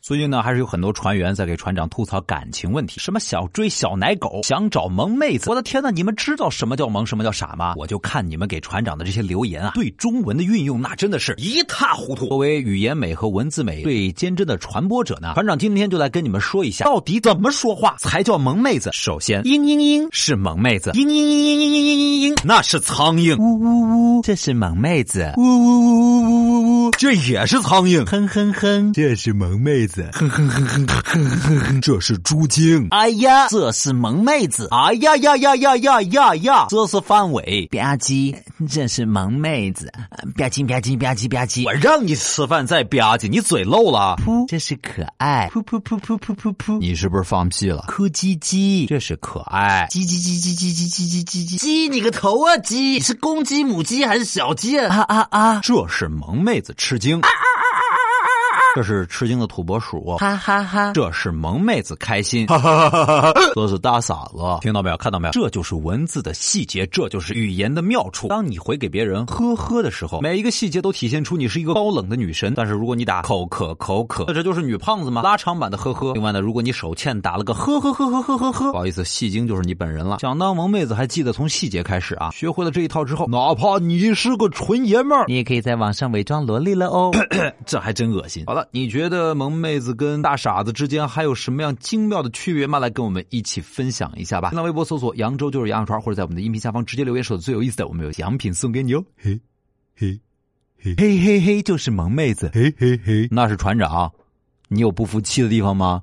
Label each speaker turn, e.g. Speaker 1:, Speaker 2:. Speaker 1: 最近呢，还是有很多船员在给船长吐槽感情问题，什么想追小奶狗，想找萌妹子。我的天呐，你们知道什么叫萌，什么叫傻吗？我就看你们给船长的这些留言啊，对中文的运用那真的是一塌糊涂。作为语言美和文字美最坚贞的传播者呢，船长今天就来跟你们说一下，到底怎么说话才叫萌妹子。首先，嘤嘤嘤是萌妹子，嘤嘤嘤嘤嘤嘤嘤嘤嘤，那是苍蝇，呜呜呜，这是萌妹子，呜呜呜呜呜呜。这也是苍蝇，哼哼哼，这是萌妹子，哼哼哼哼哼哼哼，这是猪精，哎呀，这是萌妹子，哎呀呀呀呀呀呀呀，这是范伟，吧唧，这是萌妹子，吧唧吧唧吧唧吧唧，我让你吃饭再吧唧，你嘴漏了，噗，这是可爱，噗噗噗噗噗噗噗，你是不是放屁了？哭唧唧，这是可爱，唧唧唧唧唧唧唧唧唧
Speaker 2: 鸡你个头啊鸡！你是公鸡、母鸡还是小鸡啊？
Speaker 1: 啊啊啊，这是萌妹子吃惊。啊这是吃惊的土拨鼠，
Speaker 2: 哈哈哈！
Speaker 1: 这是萌妹子开心，哈哈哈哈哈！这是大傻子，听到没有？看到没有？这就是文字的细节，这就是语言的妙处。当你回给别人呵呵的时候，每一个细节都体现出你是一个高冷的女神。但是如果你打口渴口渴，那这就是女胖子吗？拉长版的呵呵。另外呢，如果你手欠打了个呵呵呵呵呵呵呵，不好意思，戏精就是你本人了。想当萌妹子，还记得从细节开始啊！学会了这一套之后，哪怕你是个纯爷们儿，
Speaker 2: 你也可以在网上伪装萝莉了哦。
Speaker 1: 这还真恶心。好了，你觉得萌妹子跟大傻子之间还有什么样精妙的区别吗？来跟我们一起分享一下吧。新浪微博搜索“扬州就是羊肉串”，或者在我们的音频下方直接留言说最有意思的，我们有奖品送给你哦。嘿，嘿，嘿，嘿嘿嘿，就是萌妹子，嘿嘿嘿，那是船长。你有不服气的地方吗？